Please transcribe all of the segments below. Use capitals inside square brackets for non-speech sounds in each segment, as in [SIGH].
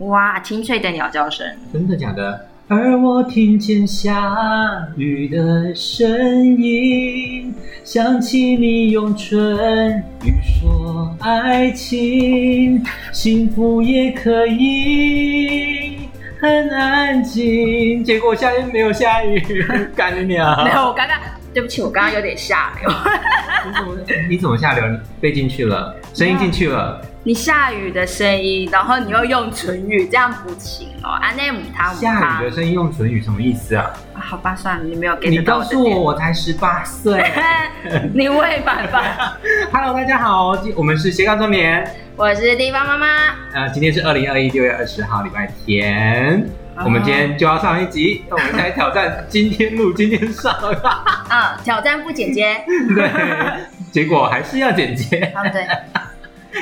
哇，清脆的鸟叫声，真的假的？而我听见下雨的声音，想起你用唇语说爱情，幸福也可以很安静。结果下面没有下雨， [LAUGHS] 干你啊娘！啊没有，我刚刚对不起，我刚刚有点下流。 [LAUGHS] [LAUGHS] 你怎么你怎么下流？你被进去了，声音进去了，你下雨的声音，然后你又用唇语，这样不行哦。啊，那母汤母下雨汤的，声音用唇语什么意思啊？啊好吧，算了，你没有你 get 到告我的诉我，点。 [LAUGHS] 我才十 [LAUGHS] 八岁。你喂爸爸， Hello，大家好，今我们是斜杠中年。我是地方妈妈。呃，今天是二零二一六月二十号，礼拜天。啊我们今天就要上一 [LAUGHS] 集，那我们来挑战今天录，今天上。啊嗯，挑战不姐姐。对，结果还是要剪接，啊，对，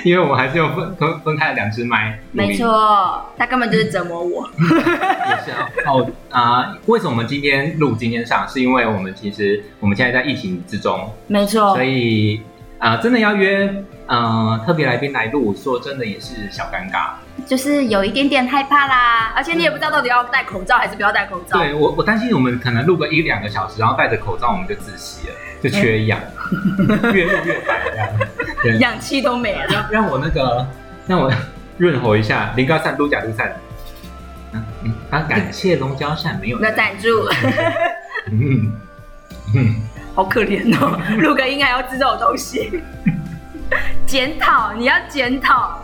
因为我们还是有分分分开了两只麦。没，错，他根本就是折磨我。也是啊哦啊、为什么我们今天录今天上？是因为我们其实我们现在在疫情之中，没错所，以啊、呃真的要约呃特别来宾来录，说真的也是小尴尬。就是有一点点害怕啦，而且你也不知道到底要戴口罩还是不要戴口罩。对我，我担心我们可能录个一两个小时，然后戴着口罩我们就窒息了，就嗯缺氧， [LAUGHS] 越录越白这样。对，氧气都没了。让让我那个让我 [LAUGHS] 润喉一下，零高散都假都散。嗯嗯，啊，感谢龙角散没有那赞助，嗯嗯，好可怜 [LAUGHS] 哦，录个音还要吃这种东西。 [LAUGHS] 检讨，你要检讨。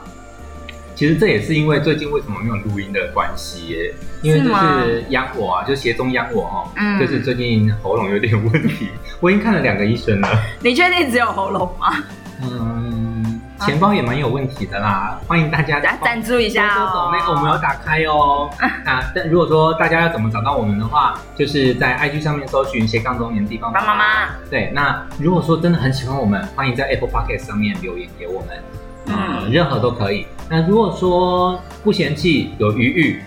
其实这也是因为最近为什么没有录音的关系耶，因为是就吗是央我啊，就协中央我哦，嗯就是最近喉咙有点 [LAUGHS] 问题，我已经看了两个医生了。你确定只有喉咙吗？嗯，啊钱包也蛮有问题的啦，欢迎大家咱赞助一多下多哦抖内，。我们要打开哦。 [LAUGHS] 啊，但如果说大家要怎么找到我们的话，就是在 IG 上面搜寻斜杠中年地方帮妈妈。对，那如果说真的很喜欢我们，欢迎在 Apple Podcast 上面留言给我们，嗯、嗯任何都可以。那如果说不嫌弃有余裕，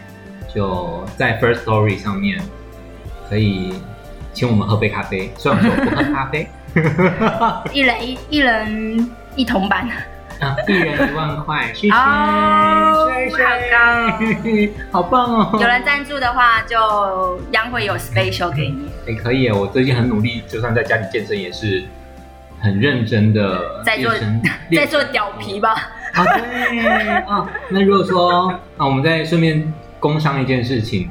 就在 First Story 上面可以请我们喝杯咖啡，虽然说我不喝咖 [LAUGHS] 啡。一人一一人一铜板，啊，一人一万块，谢谢，哦谢谢，好 [LAUGHS] 好棒哦！有人赞助的话，就央会有 special 给你，也、哎可以耶，我最近很努力，就算在家里健身也是很认真的 [LAUGHS] 在做身，再练做屌皮吧。啊，对啊。那如果说啊，我们再顺便工商一件事情，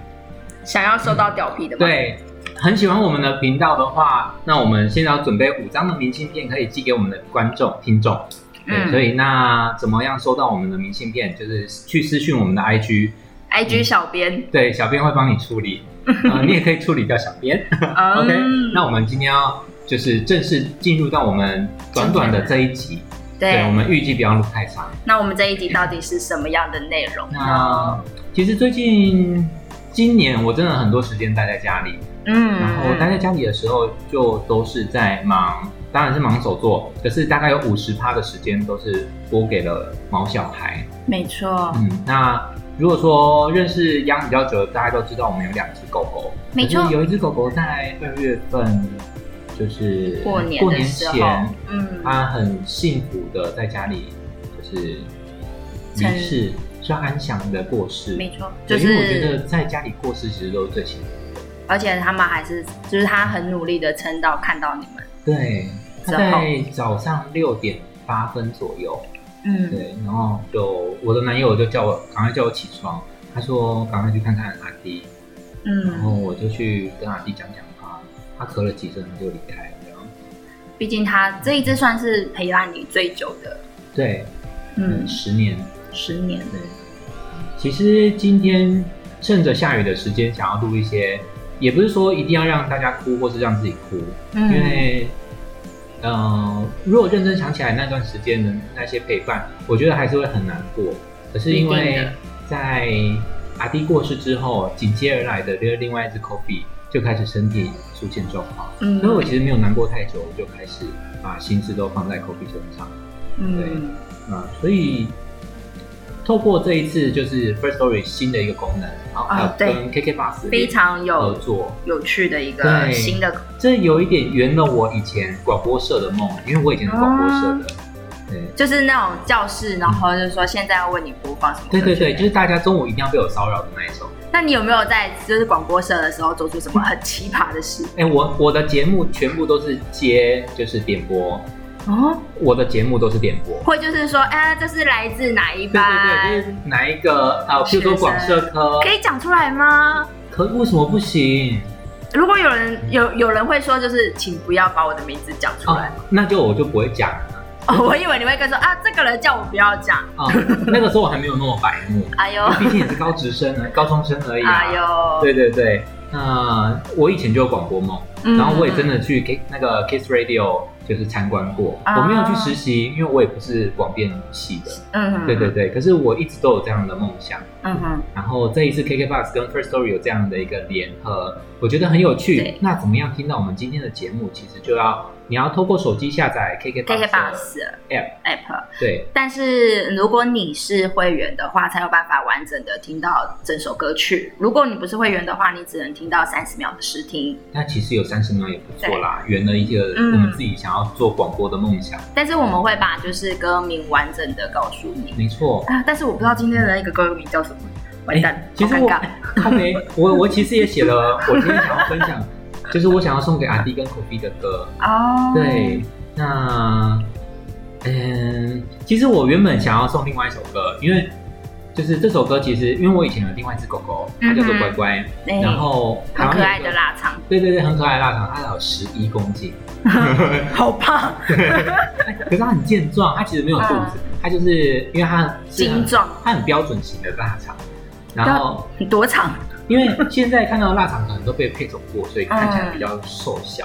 想要收到屌皮的吗？，对，很喜欢我们的频道的话，那我们现在要准备五张的明信片，可以寄给我们的观众、听众。对，嗯所以那怎么样收到我们的明信片？就是去私讯我们的 IG， ，IG 小 [LAUGHS] 编，对，小编会帮你 [LAUGHS] 处理，呃，你也可以处理掉小编。OK，嗯，那我们今天要就是正式进入到我们短短的这一集，对，我对，们预计不要录太长。那我们这一集到底是什么样的内容呢？那其实最近今年我真的很多时间待在家里，嗯然后待在家里的时候就都是在忙，当然是忙手作，可是大概有五十趴的时间都是拨给了毛小孩。没错，嗯，那如果说认识央比较久，大家都知道我们有两只狗狗，没错可是有一只狗狗在二月份，就是过年过的年时候前，，嗯，它很幸福的在家里就是成离世，是安详的过世。没错，就对因为我觉是，得在家里过世其实都是最幸福的。而且他们还是，就是他很努力的撑到看到你们，对，它之后在早上六点八分左右，嗯，对，然后就我的男友就叫我赶快叫我起床，他说赶快去看看阿迪。然后嗯，我就去跟阿弟讲讲他，他咳了几声他就离开了，这样毕竟他这一只算是陪伴你最久的，对，嗯嗯，，十年，十年，对。其实今天趁着下雨的时间，想要录一些，也不是说一定要让大家哭，或是让自己哭，因嗯，为，呃，如果认真想起来那段时间的那些陪伴，我觉得还是会很难过。可是因一定为的在阿弟过世之后，紧接而来的就是另外一只 Kobe 就开始身体出现状况。嗯所以我其实没有难过太久，我就开始把心思都放在 Kobe 身上嗯，啊、所以透过这一次就是 First Story 新的一个功能，然后还有啊对跟 KK Bus 非常合有作，有趣的一个对新的，这有一点圆了我以前广播社的梦，因为我以前是广播社的，对就是那种教室，然后就说现在要为你播放什么歌对曲。对对，就是大家中午一定要被我骚扰的那一种。那你有没有在就是广播社的时候做出什么很奇葩的事？哎、我我的节目全部都是接就是点播，哦，我的节目都是点播。会就是说，哎、这是来自哪一对对班？对，就是哪一个啊？譬如说广社科，可以讲出来吗？可为什么不行？如果有人有有人会说，就是请不要把我的名字讲出哦来。，那就我就不会讲了。哦， [LAUGHS] 我以为你会跟说啊，这个人叫我不要讲。啊、那个时候我还没有那么白目，哎呦，毕竟也是高职生啊，高中生而已、[LAUGHS] 啊。哎呦，对对对，那我以前就有广播梦，嗯然后我也真的去 K 那个 Kiss Radio 就是参观过，啊我没有去实习，因为我也不是广电系的。嗯哼对对，对，可是我一直都有这样的梦想。嗯哼，然后这一次 KKBox 跟 First Story 有这样的一个联合，我觉得很有趣对。那怎么样听到我们今天的节目？其实就要你要透过手机下载 k k KKBox b o 的 x app， app，对但是如果你是会员的话，才有办法完整的听到整首歌曲。如果你不是会员的话，你只能听到三十秒的试听。那其实有三十秒也不错啦，圆了一个嗯我们自己想要做广播的梦想。但是我们会把就是歌名完整的告诉你没错，啊，但是我不知道今天的那个歌名叫什么，完蛋，哎其实好尴我尬。靠没，我我其实也写了，我今天想要分享，就是我想要送给阿弟跟 Kofi 的歌。哦，对，那嗯，其实我原本想要送另外一首歌，因为就是这首歌其实因为我以前有另外一只狗狗，它叫做嗯哼乖乖，哎，然后很可爱的啦，腊肠，对对对，很可爱的腊肠，它有十一公斤，好胖，嗯可是它很健壮，它其实没有肚子，它就是因为它是很精壮，它很标准型的腊肠，然后多长？因为现在看到的腊肠可能都被配种过，所以看起来比较瘦 [LAUGHS] 小，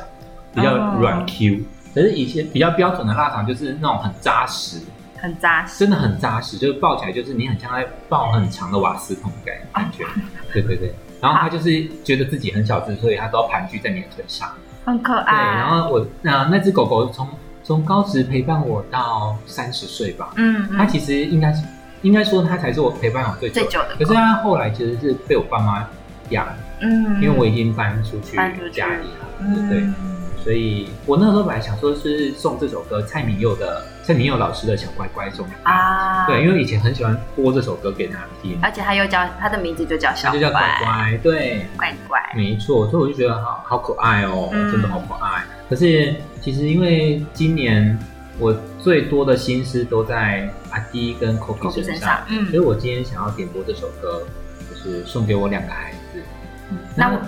比较软哦 Q。可是以前比较标准的腊肠就是那种很扎实，很扎实。真的很扎实，就是抱起来就是你很像在抱很长的瓦斯桶的感感觉。对对对，然后他就是觉得自己很小只，所以他都要盘踞在你的腿上。很可对，爱。然后我那、那只狗狗从从高职陪伴我到三十岁吧，嗯，它嗯，其实应该是应该说它才是我陪伴我最久最的。久的可狗，是它后来其实是被我爸妈养，嗯，因为我已经搬出去搬出去家里了，嗯对对。所以我那时候本来想说是送这首歌蔡明佑的蔡明佑老师的小乖乖送给他啊，对，，因为以前很喜欢播这首歌给他听，而且它又叫它的名字就叫他小就叫乖乖乖，对，乖乖，没错，所以我就觉得好好可爱哦，嗯真的好可爱。可是其实因为今年我最多的心思都在阿迪跟 Coco 身身上，，所以嗯，我今天想要点播这首歌，就是送给我两个孩子。那我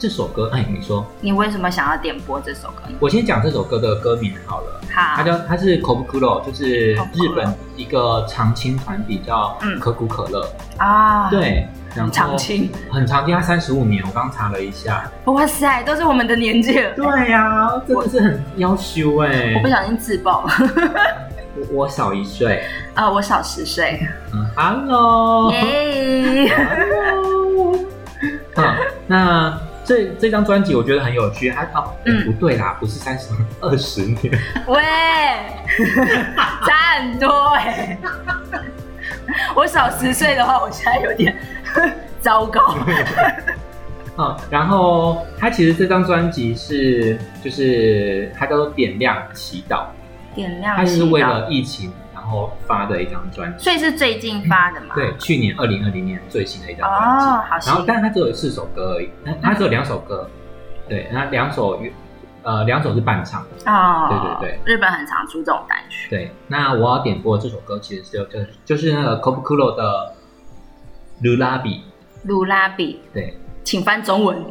这首歌，哎，你说，你为什么想要点播这首歌呢？我先讲这首歌的歌名好了。它好，叫它是 k o b u k u r o 就是日 Kobukuro 本一个常青团体叫嗯可口可乐，啊，，对，然后长青，很长，听他三十五年，我刚查了一下。哇塞，都是我们的年纪了，对呀、真的是很要羞哎、啊我不小心自爆，我我少一岁。啊，我少十岁，嗯，Hello，耶，嗯，那这这张专辑我觉得很有趣，它哦，嗯不对啦，不是三十，二十年， [LAUGHS] 喂，差很多哎，我少十岁的话，我现在有点 [LAUGHS] 糟糕，嗯，然后它其实这张专辑是就是它叫做点亮祈祷，点亮，它就是为。了疫情然后发的一张专辑，所以是最近发的嘛？对，去年二零二零年最新的一张专辑。哦，好然后，新但它只有四首歌而已，它它只有两首歌，对，那两首呃两首是伴唱的，哦，对对对，日本很常出这种单曲，对。那我要点播这首歌，其实就就是就是那个 k o b u k u r o 的《卢拉比》，鲁拉比，对，请翻中文。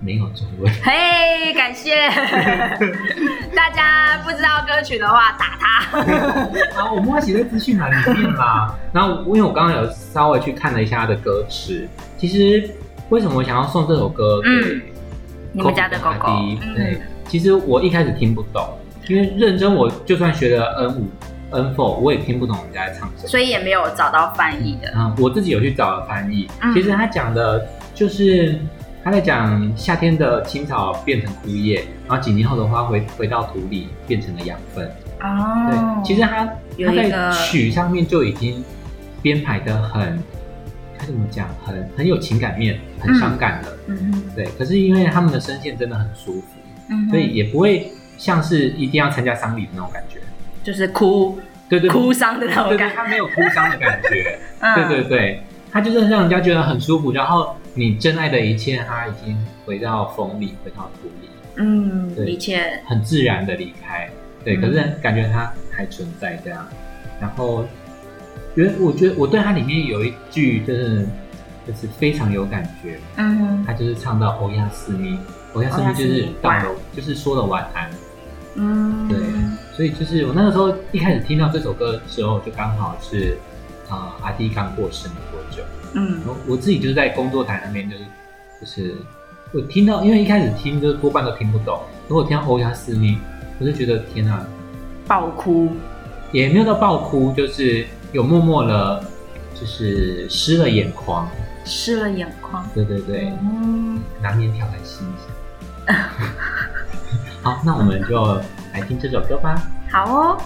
没有中文，嘿，感 [LAUGHS] 谢大家不知道歌曲的话打他。啊，我们会写在资讯栏里面啦。 [LAUGHS] 然后，因为我刚刚有稍微去看了一下它的歌词，其实为什么我想要送这首歌给、嗯你们家的狗狗，对嗯，，其实我一开始听不懂，因为认真我就算学了 N 五、N four，我也听不懂人家在唱什么。所以也没有找到翻译的。啊、我自己有去找了翻译，嗯其实他讲的就是他在讲夏天的青草变成枯叶，然后几年后的花回回到土里变成了养分。对，哦其实他有他一在个曲上面就已经编排的很，他怎么讲，很很有情感面，很伤感的。嗯对，可是因为他们的声线真的很舒服，嗯，所以也不会像是一定要参加丧礼的那种感觉。就是哭对对，对哭丧的那种对对，感觉。它没有哭丧的感觉， [LAUGHS] 嗯，对对对，它就是让人家觉得很舒服。然后你真爱的一切，它已经回到风里，回到土里，嗯，对一切很自然的离开。对，嗯可是感觉它还存在这样。然后，因为我觉得我对它里面有一句就是就是非常有感觉，嗯它就是唱到欧亚斯密，欧亚斯密就是到欧亚斯了，就是说了晚安。嗯，对，所以就是我那个时候一开始听到这首歌的时候，就刚好是啊、呃阿弟刚过世没多久，嗯然后我自己就是在工作台那边就是就是我听到，因为一开始听就是多半都听不懂，如果听到欧亚斯密，我就觉得天哪、爆哭，也没有到爆哭，就是有默默的，就是湿了眼眶，湿了眼眶。对对对，嗯，难免挑来心想。 [LAUGHS] 好，那我们就来听这首歌吧。好哦，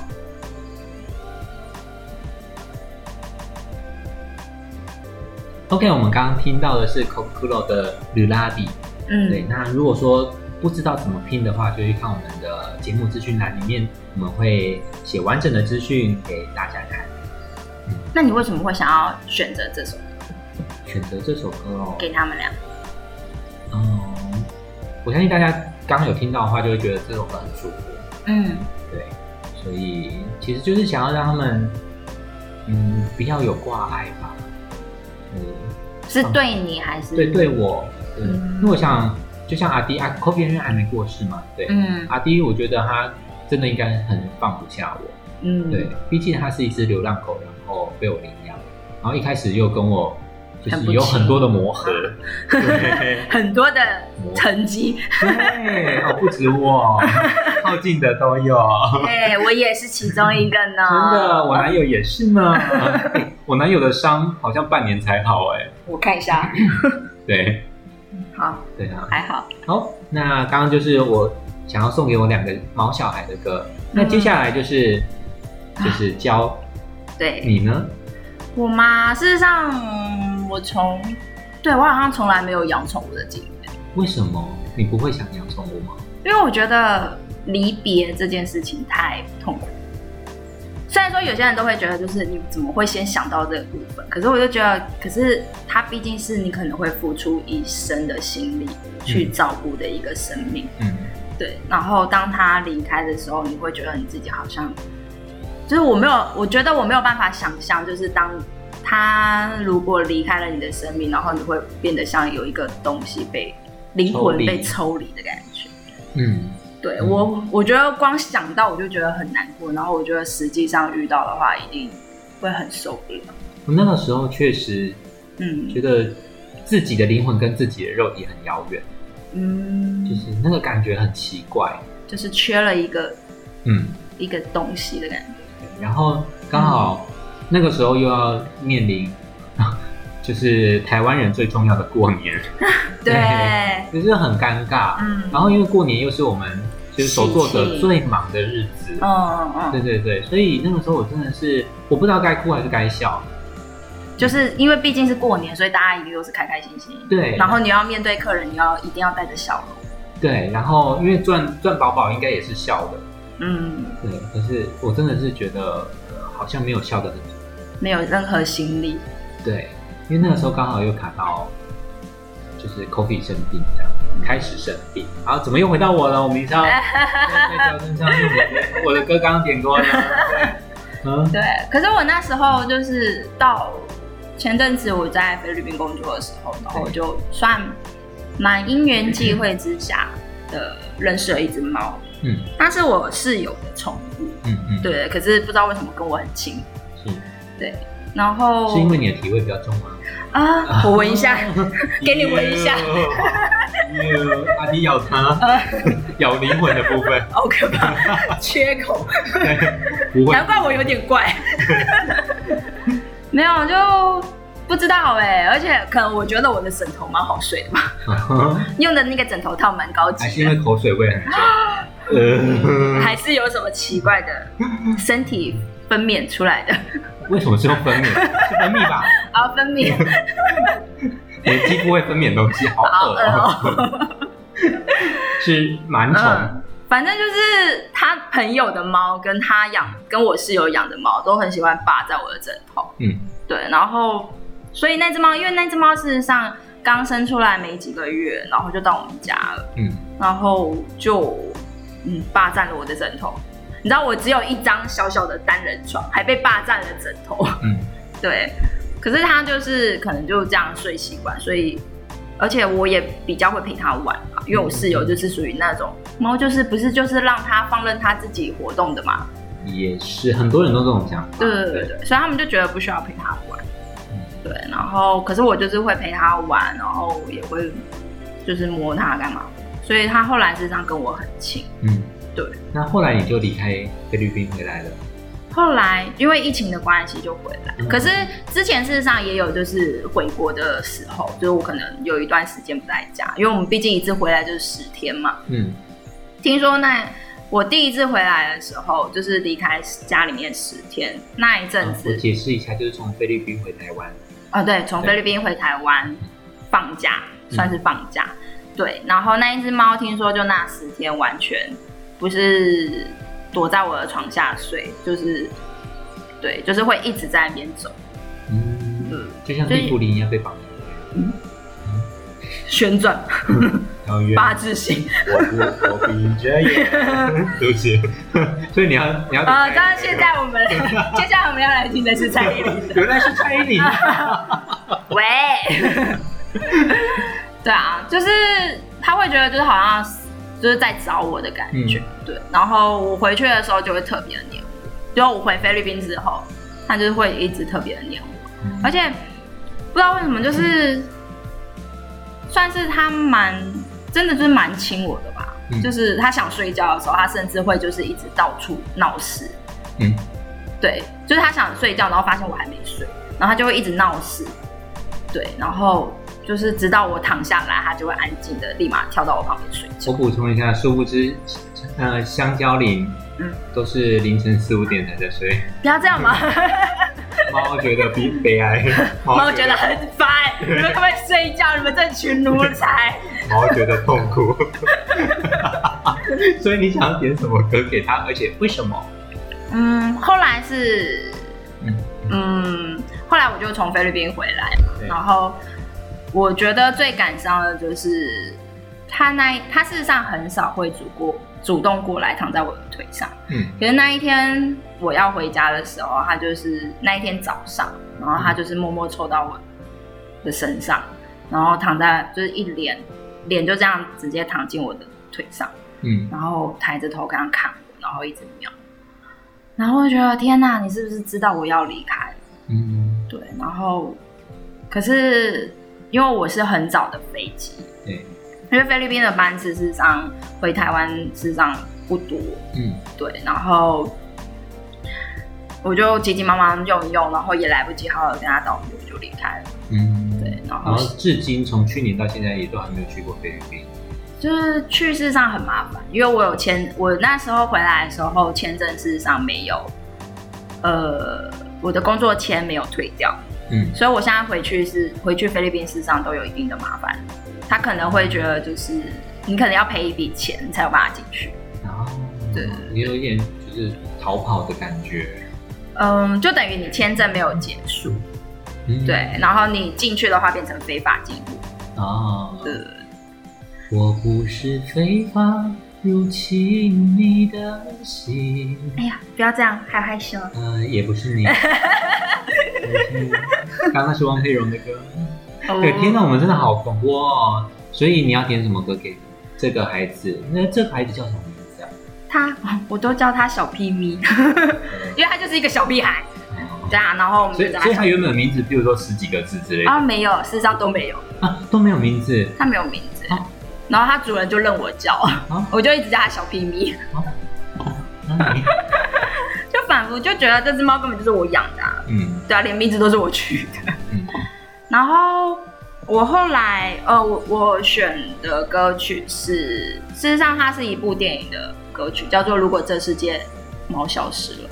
OK，我们刚刚听到的是 Kokuro 的 Lulabi。嗯，对，那如果说不知道怎么拼的话，就去看我们的节目资讯栏里面，我们会写完整的资讯给大家看。那你为什么会想要选择这首选择这首歌哦，给他们俩？嗯，我相信大家刚刚有听到的话，就会觉得这首歌很舒服。嗯对，所以其实就是想要让他们，嗯，不要有挂碍吧。嗯，是对你还是对，对我，对，嗯因为我想，就像阿迪阿 Kobe 因为还没过世嘛，对，嗯阿迪我觉得他真的应该很放不下我，嗯，对， [LAUGHS] 毕竟他是一只流浪狗，然后被我领养，然后一开始又跟我就很是不有亲很多的磨合，对很多的成 [LAUGHS] 绩。对，哦不止我， [LAUGHS] 靠近的都有。哎，我也是其中一个呢。真的，我男友也是呢。哎我男友的伤好像半年才好哎、我看一下，对好，对啊，还好，好，那刚刚就是我想要送给我两个毛小孩的歌，那接下来就是、就是教对，你呢？我妈，事实上，嗯我从对我好像从来没有养宠物的经验，为什么你不会想养宠物吗？因为我觉得离别这件事情太痛苦。虽然说有些人都会觉得，就是你怎么会先想到这个部分？可是我就觉得，可是它毕竟是你可能会付出一生的心力去照顾的一个生命，嗯，对。然后当他离开的时候，你会觉得你自己好像，就是我没有，我觉得我没有办法想象，就是当他如果离开了你的生命，然后你会变得像有一个东西被灵魂被抽离的感觉。嗯，对嗯我，我觉得光想到我就觉得很难过，然后我觉得实际上遇到的话，一定会很受不了。我那个时候确实嗯觉得自己的灵魂跟自己的肉体很遥远，嗯，就是那个感觉很奇怪。就是缺了一个嗯，一个东西的感觉。 [LAUGHS] 然后刚好那个时候又要面临， [LAUGHS] 就是台湾人最重要的过年，对，就是很尴尬。嗯，然后因为过年又是我们就是手作者最忙的日子，嗯嗯对嗯，对对，所以那个时候我真的是我不知道该哭还是该笑，就是因为毕竟是过年，所以大家一定都是开开心心。对，然后你要面对客人，你要一定要带着笑容。对，然后因为赚赚饱饱应该也是笑的，嗯，对，可是我真的是觉得、呃、好像没有笑的很足，没有任何心力。对，因为那个时候刚好又卡到就是 coffee 生病这样。开始生病，好，怎么又回到我了？我 [LAUGHS] 明超在在身上，因为我的我的歌刚刚点歌了。 [LAUGHS] 嗯，对，可是我那时候就是到前阵子我在菲律宾工作的时候，然后我就算蛮因缘际会之下的认识了一只猫，嗯，它是我室友的宠物，嗯嗯，，对，可是不知道为什么跟我很亲，是然后是因为你的体味比较重吗？啊，我闻一 [LAUGHS] 下， [LAUGHS] 给你闻一下，哟阿迪咬 [LAUGHS] 它，咬灵魂的部分，好可怕， [LAUGHS] 缺口，不会难怪我有点怪，没有就。不知道哎、而且可能我觉得我的枕头蛮好睡的嘛，用的那个枕头套蛮高级 [LAUGHS] 还的，是因为口水味 [LAUGHS] 很重。呃，还是有什么奇怪的身体分娩出来的 [LAUGHS] 为什么是用分娩？是分泌吧？啊，分 [LAUGHS] 娩连呃嗯肌肤会分娩的东西，好好恶饿哦。哦，呃是螨虫，反正就是他朋友的猫跟他养跟我室友养的猫都很喜欢霸在我的枕头。嗯，对，然后所以那只猫，因为那只猫事实上刚生出来没几个月，然后就到我们家了，嗯，然后就嗯霸占了我的枕头。你知道我只有一张小小的单人床，还被霸占了枕头。嗯， [LAUGHS] 对，可是它就是可能就这样睡习惯，所以而且我也比较会陪它玩嘛，因为我室友就是属于那种猫，就是不是就是让它放任它自己活动的啊嘛。也是很多人都这种想法。对对对，对，所以他们就觉得不需要陪它玩嗯。对，然后可是我就是会陪它玩，然后也会就是摸它干嘛，所以它后来事实上跟我很亲。嗯，对。那后来你就离开菲律宾回来了，后来因为疫情的关系就回来，嗯可是之前事实上也有就是回国的时候，就是我可能有一段时间不在家，因为我们毕竟一次回来就是十天嘛。嗯听说那我第一次回来的时候，就是离开家里面十天那一阵啊子我，解释一下，就是从菲律宾回台湾，啊，对，从对菲律宾回台湾放假，嗯算是放假。对，然后那一只猫听说就那十天完全不是躲在我的床下睡，就是对，就是会一直在那边走，嗯，嗯，就像所以地布林一样被绑架。旋转然后约八字形。我我我闭 [LAUGHS] 着眼，对不起。 [LAUGHS] 所以你要你要呃，当然现在我们接下来我们要来听的是蔡依林的。 [LAUGHS] 原来是蔡 [LAUGHS] 依林，喂， [LAUGHS] 对啊，就是他会觉得就是好像就是在找我的感觉，嗯对。然后我回去的时候就会特别的黏我，就我回菲律宾之后，他就是会一直特别的黏我，而且不知道为什么就是、算是他蛮真的就是蛮亲我的吧，嗯就是他想睡觉的时候，他甚至会就是一直到处闹事，嗯，对，就是他想睡觉，然后发现我还没睡，然后他就会一直闹事，对，然后就是直到我躺下来，他就会安静的立马跳到我旁边睡我觉。补充一下，殊不知，呃，香蕉林，嗯都是凌晨四五点才在睡，不要这样 [LAUGHS] 嘛， [LAUGHS] 猫觉得比悲哀，猫觉得很烦，你们可不可以睡觉？你们这群奴才！猫觉得痛苦。 [LAUGHS] 所以你想要点什么歌给他？而且为什么？嗯，后来是，嗯嗯，后来我就从菲律宾回来嘛，对然后我觉得最感伤的就是他那一他事实上很少会主过主动过来躺在我的腿上。嗯可是那一天我要回家的时候，他就是那一天早上，然后他就是默默凑到我的身上，然后躺在就是一脸脸就这样直接躺进我的腿上，嗯，然后抬着头刚刚看我，然后一直瞄，然后我就觉得天哪，你是不是知道我要离开？嗯，对，然后可是因为我是很早的飞机，对，因为菲律宾的班次事实上回台湾事实上不多，嗯对，然后我就急急忙忙用一用，然后也来不及好好跟他道别，我就离开了。嗯，对，然然后后至今从去年到现在也都还没有去过菲律宾。就是去事实上很麻烦，因为我有签，我那时候回来的时候签证事实上没有，呃，我的工作签没有退掉，嗯所以我现在回去是回去菲律宾事实上都有一定的麻烦，他可能会觉得就是你可能要赔一笔钱才有办法进去。然后对你有一点就是逃跑的感觉。嗯，就等于你签证没有结束，嗯对，然后你进去的话变成非法进入，啊，对。我不是非法入侵你的心，哎呀，不要这样，好害羞。呃，也不是你。也不是刚刚是汪佩蓉的歌。对，天哪，我们真的好恐怖哦！所以你要点什么歌给这个孩子？那这个孩子叫什么名字啊？他，我都叫他小屁咪，因为他就是一个小屁孩，呃对啊。然后我们所就以叫，他所以小他原本的名字，比如说十几个字之类的啊，没有，事实上都没有，啊，都没有名字。他没有名字啊。然后他主人就认我叫，[LAUGHS] 啊我就一直叫他小屁咪，那你就仿佛就觉得这只猫根本就是我养的、啊，嗯对啊，连名字都是我取的。嗯然后我后来，呃，我我选的歌曲是，事实上它是一部电影的歌曲，叫做《如果这世界猫消失了》。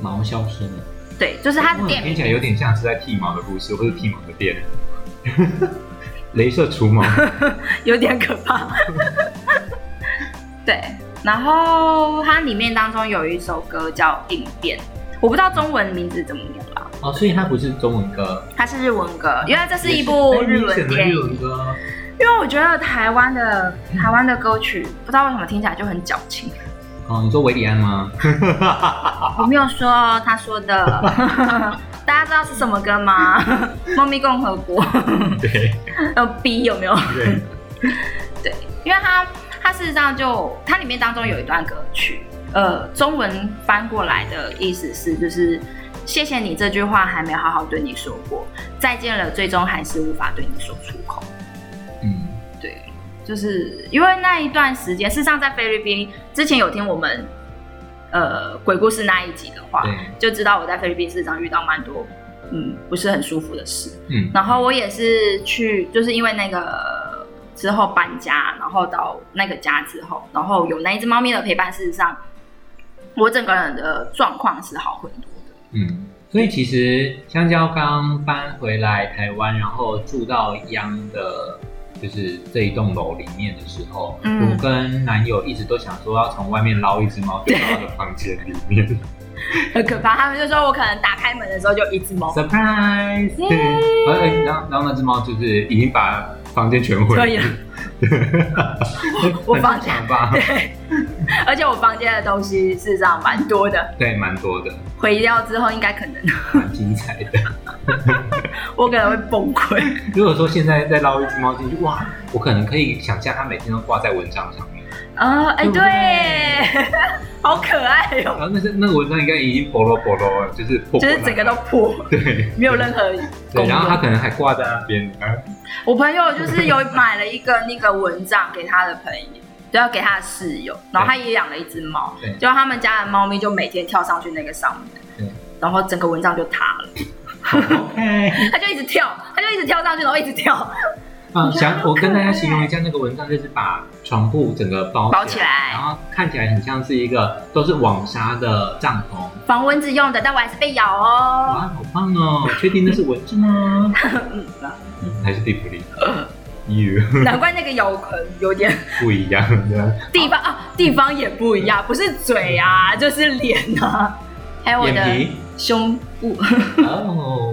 毛消失了。对，就是它的哇店听名起来有点像是在剃毛的故事，或者剃毛的店，镭射除毛。有点可怕。对，然后它里面当中有一首歌叫《应变》，我不知道中文名字怎么念啦，哦，所以它不是中文歌，它是日文歌，原来这是一部也是日文电哎你选的日影。文歌，因为我觉得台湾的台湾的歌曲，不知道为什么听起来就很矫情。哦，你说维里安吗？我没有说哦他说 [LAUGHS] 的，大家知道是什么歌吗？ [LAUGHS] 《猫咪共和国》对呃 B 有没有？对，因为它它事实上就它里面当中有一段歌曲，呃，中文翻过来的意思是就是谢谢你这句话还没好好对你说过，再见了，最终还是无法对你说出口。嗯，对，就是因为那一段时间，事实上在菲律宾之前有听我们呃鬼故事那一集的话，对，就知道我在菲律宾市场遇到蛮多嗯不是很舒服的事。嗯，然后我也是去，就是因为那个之后搬家，然后到那个家之后，然后有那一只猫咪的陪伴，事实上我整个人的状况是好很多的。嗯，所以其实香蕉刚搬回来台湾，然后住到央的，就是这一栋楼里面的时候，嗯我跟男友一直都想说要从外面捞一只猫丢到他的房间里面 [LAUGHS] 很可怕，他们就说我可能打开门的时候就一只 [LAUGHS] 猫， ，surprise！对，而而然后然后那只猫就是已经把房间全毁可 [LAUGHS] 以了，啊我很房正间常吧？而且我房间的东西事实上蛮多的，对，蛮多的，毁掉之后应该可能蛮精彩的。 [LAUGHS] 我可能会崩溃。如果说现在再捞一只猫进去，哇，我可能可以想象它每天都挂在蚊帐上面。啊，哎、对不对对， [LAUGHS] 好可爱哟、然后那是那个蚊帐应该已经薄罗薄罗了，就是破破就是烂整个烂都破，对 [LAUGHS] 没有任何功对，然后他用。可能还挂在那 [LAUGHS] 边，然后我朋友就是有买了一个那个蚊帐给他的朋友，就要给他的室友，然后他也养了一只猫对，就他们家的猫咪就每天跳上去那个上对面，然后整个蚊帐就塌了，哦 OK，他就一直跳，他就一直跳上去，然后一直跳，嗯，想我跟大家形容一下那个蚊帐，就是把床铺整个包包起来然后看起来很像是一个都是网纱的帐篷。防蚊子用的，但我还是被咬哦。嗯哇，好棒哦！确定那是蚊子吗？ [LAUGHS] 还是地府里？you 难怪那个咬痕有点不一样的，地方啊，地方也不一样，不是嘴啊，就是脸啊，还有我眼的皮胸部。哦。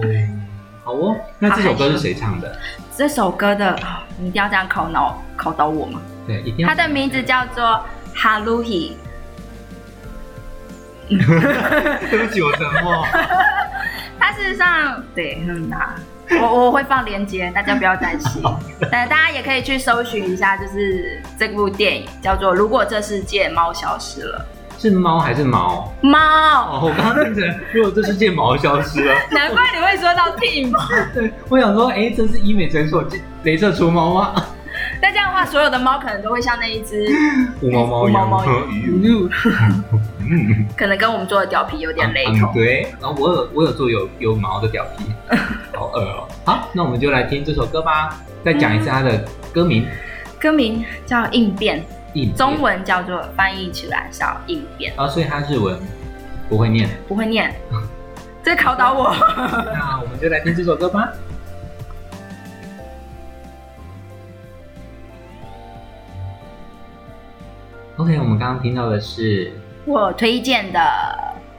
好哦，那这首歌是谁唱的？这首歌的，啊你一定要这样考脑考倒我吗？对，一定要它的名字叫做 Haruhi，对不起，我沉默。它事实上对，嗯啊，我我会放链接，大家不要担 [LAUGHS] 心。但呃大家也可以去搜寻一下，就是这部电影叫做《如果这世界猫消失了是猫还是毛？》，猫，哦，我刚刚听成，如果这世界毛消失了。难怪你会说到剃毛。对，我想说，哎，这是医美诊所镭射除毛吗？那这样的话，所有的猫可能都会像那一只，无毛猫一样。无毛猫嗯嗯，可能跟我们做的貂皮有点雷嗯同。对，然后我有我有做有有毛的表皮，好恶哦。好，那我们就来听这首歌吧。再讲一次它的歌名，歌名叫《应变》，印度中。文叫做翻译起来叫《应变》，啊，所以它日文不会念。不会 [LAUGHS] 念，这考倒我。那我们就来听这首歌吧。OK，我们刚刚听到的是我推荐的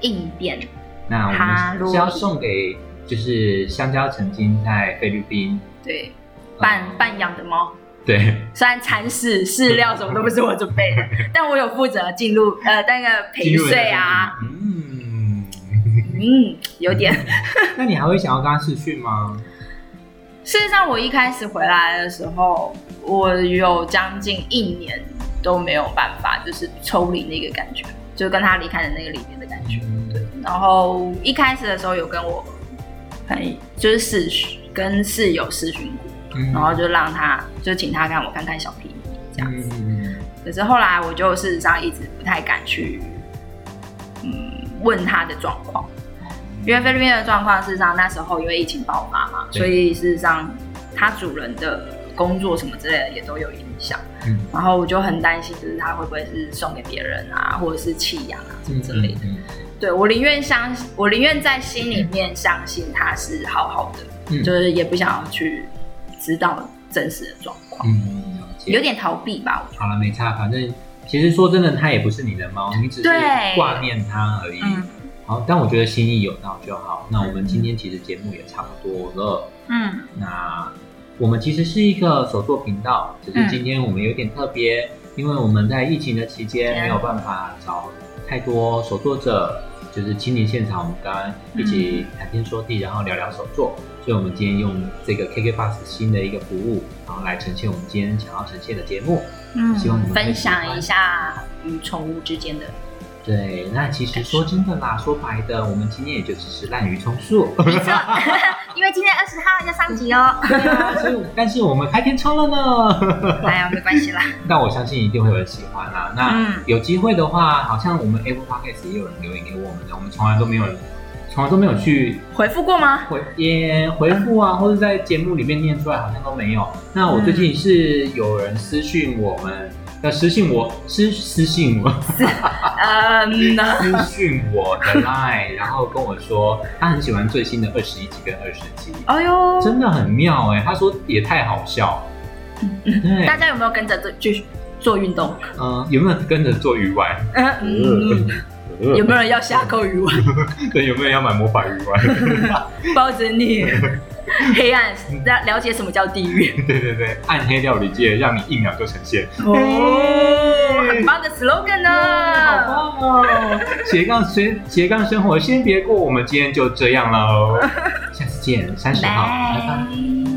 应变，那哈我罗们是要送给就是香蕉曾经在菲律宾对，半呃半养的猫，对虽然铲屎、饲料什么都不是我准备 [LAUGHS] 的，但我有负责进入呃那个陪睡啊，，进入了嗯，嗯，有点。 [LAUGHS] 那你还会想要跟他试训吗？事实上，我一开始回来的时候，我有将近一年都没有办法，就是抽离那个感觉，就跟他离开的那个里面的感觉。对，然后一开始的时候有跟我朋友，就是试训跟室友试训过，嗯然后就让他就请他让我看看小皮这样子。嗯可是后来我就事实上一直不太敢去，嗯，问他的状况，因为菲律宾的状况事实上那时候因为疫情爆发嘛，对所以事实上他主人的工作什么之类的也都有影响。嗯然后我就很担心，就是他会不会是送给别人啊，或者是弃养啊什么之类的。嗯对我宁愿相，我宁愿在心里面相信他是好好的，嗯就是也不想要去知道真实的状况，嗯，了解有点逃避吧。我觉好了，没差，反正其实说真的，它也不是你的猫，你只是对挂念它而已。嗯好，但我觉得心意有到就好。那我们今天其实节目也差不多了。嗯，那我们其实是一个手作频道，只是嗯今天我们有点特别，因为我们在疫情的期间对没有办法找太多手作者，就是亲临现场，我们刚刚一起谈天说地，然后聊聊手作。所以，我们今天用这个 KKBox 新的一个服务，然后来呈现我们今天想要呈现的节目。嗯希望你们会分喜欢享一下与宠物之间的，对，那其实说真的啦，说白的，我们今天也就只是滥竽充数。没错，因为今天二十号要上集 [LAUGHS] 哦，对啊，所以我但是我们开天窗了呢。 [LAUGHS] 哎呀，没关系啦，但我相信一定会有人喜欢啦。那、嗯有机会的话，好像我们 Apple Podcast 也有人留言给我们的，我们从来都没有人，从来都没有去回复过吗？回也回复啊，或者在节目里面念出来，好像都没有。那我最近是有人私讯我们，呃，私信我，私私信我， [LAUGHS] 嗯，私讯我的 line，然后跟我说他很喜欢最新的二十一集跟二十集，哎呦，真的很妙哎、他说也太好笑，嗯对大，家有没有跟着这去做运动？嗯、有没有跟着做鱼丸？嗯嗯，嗯 [LAUGHS] 有没有人要下口鱼丸？ [LAUGHS] 对，有没有人要买魔法鱼丸？ [LAUGHS] 包着你， [LAUGHS] 黑暗了了解什么叫地狱？ [LAUGHS] 对对对，暗黑料理界让你一秒就呈现，哦，很棒的 slogan 呢。好棒哦！斜杠生斜杠哦生活先别过，我们今天就这样喽，下次见，三十号，拜拜。拜。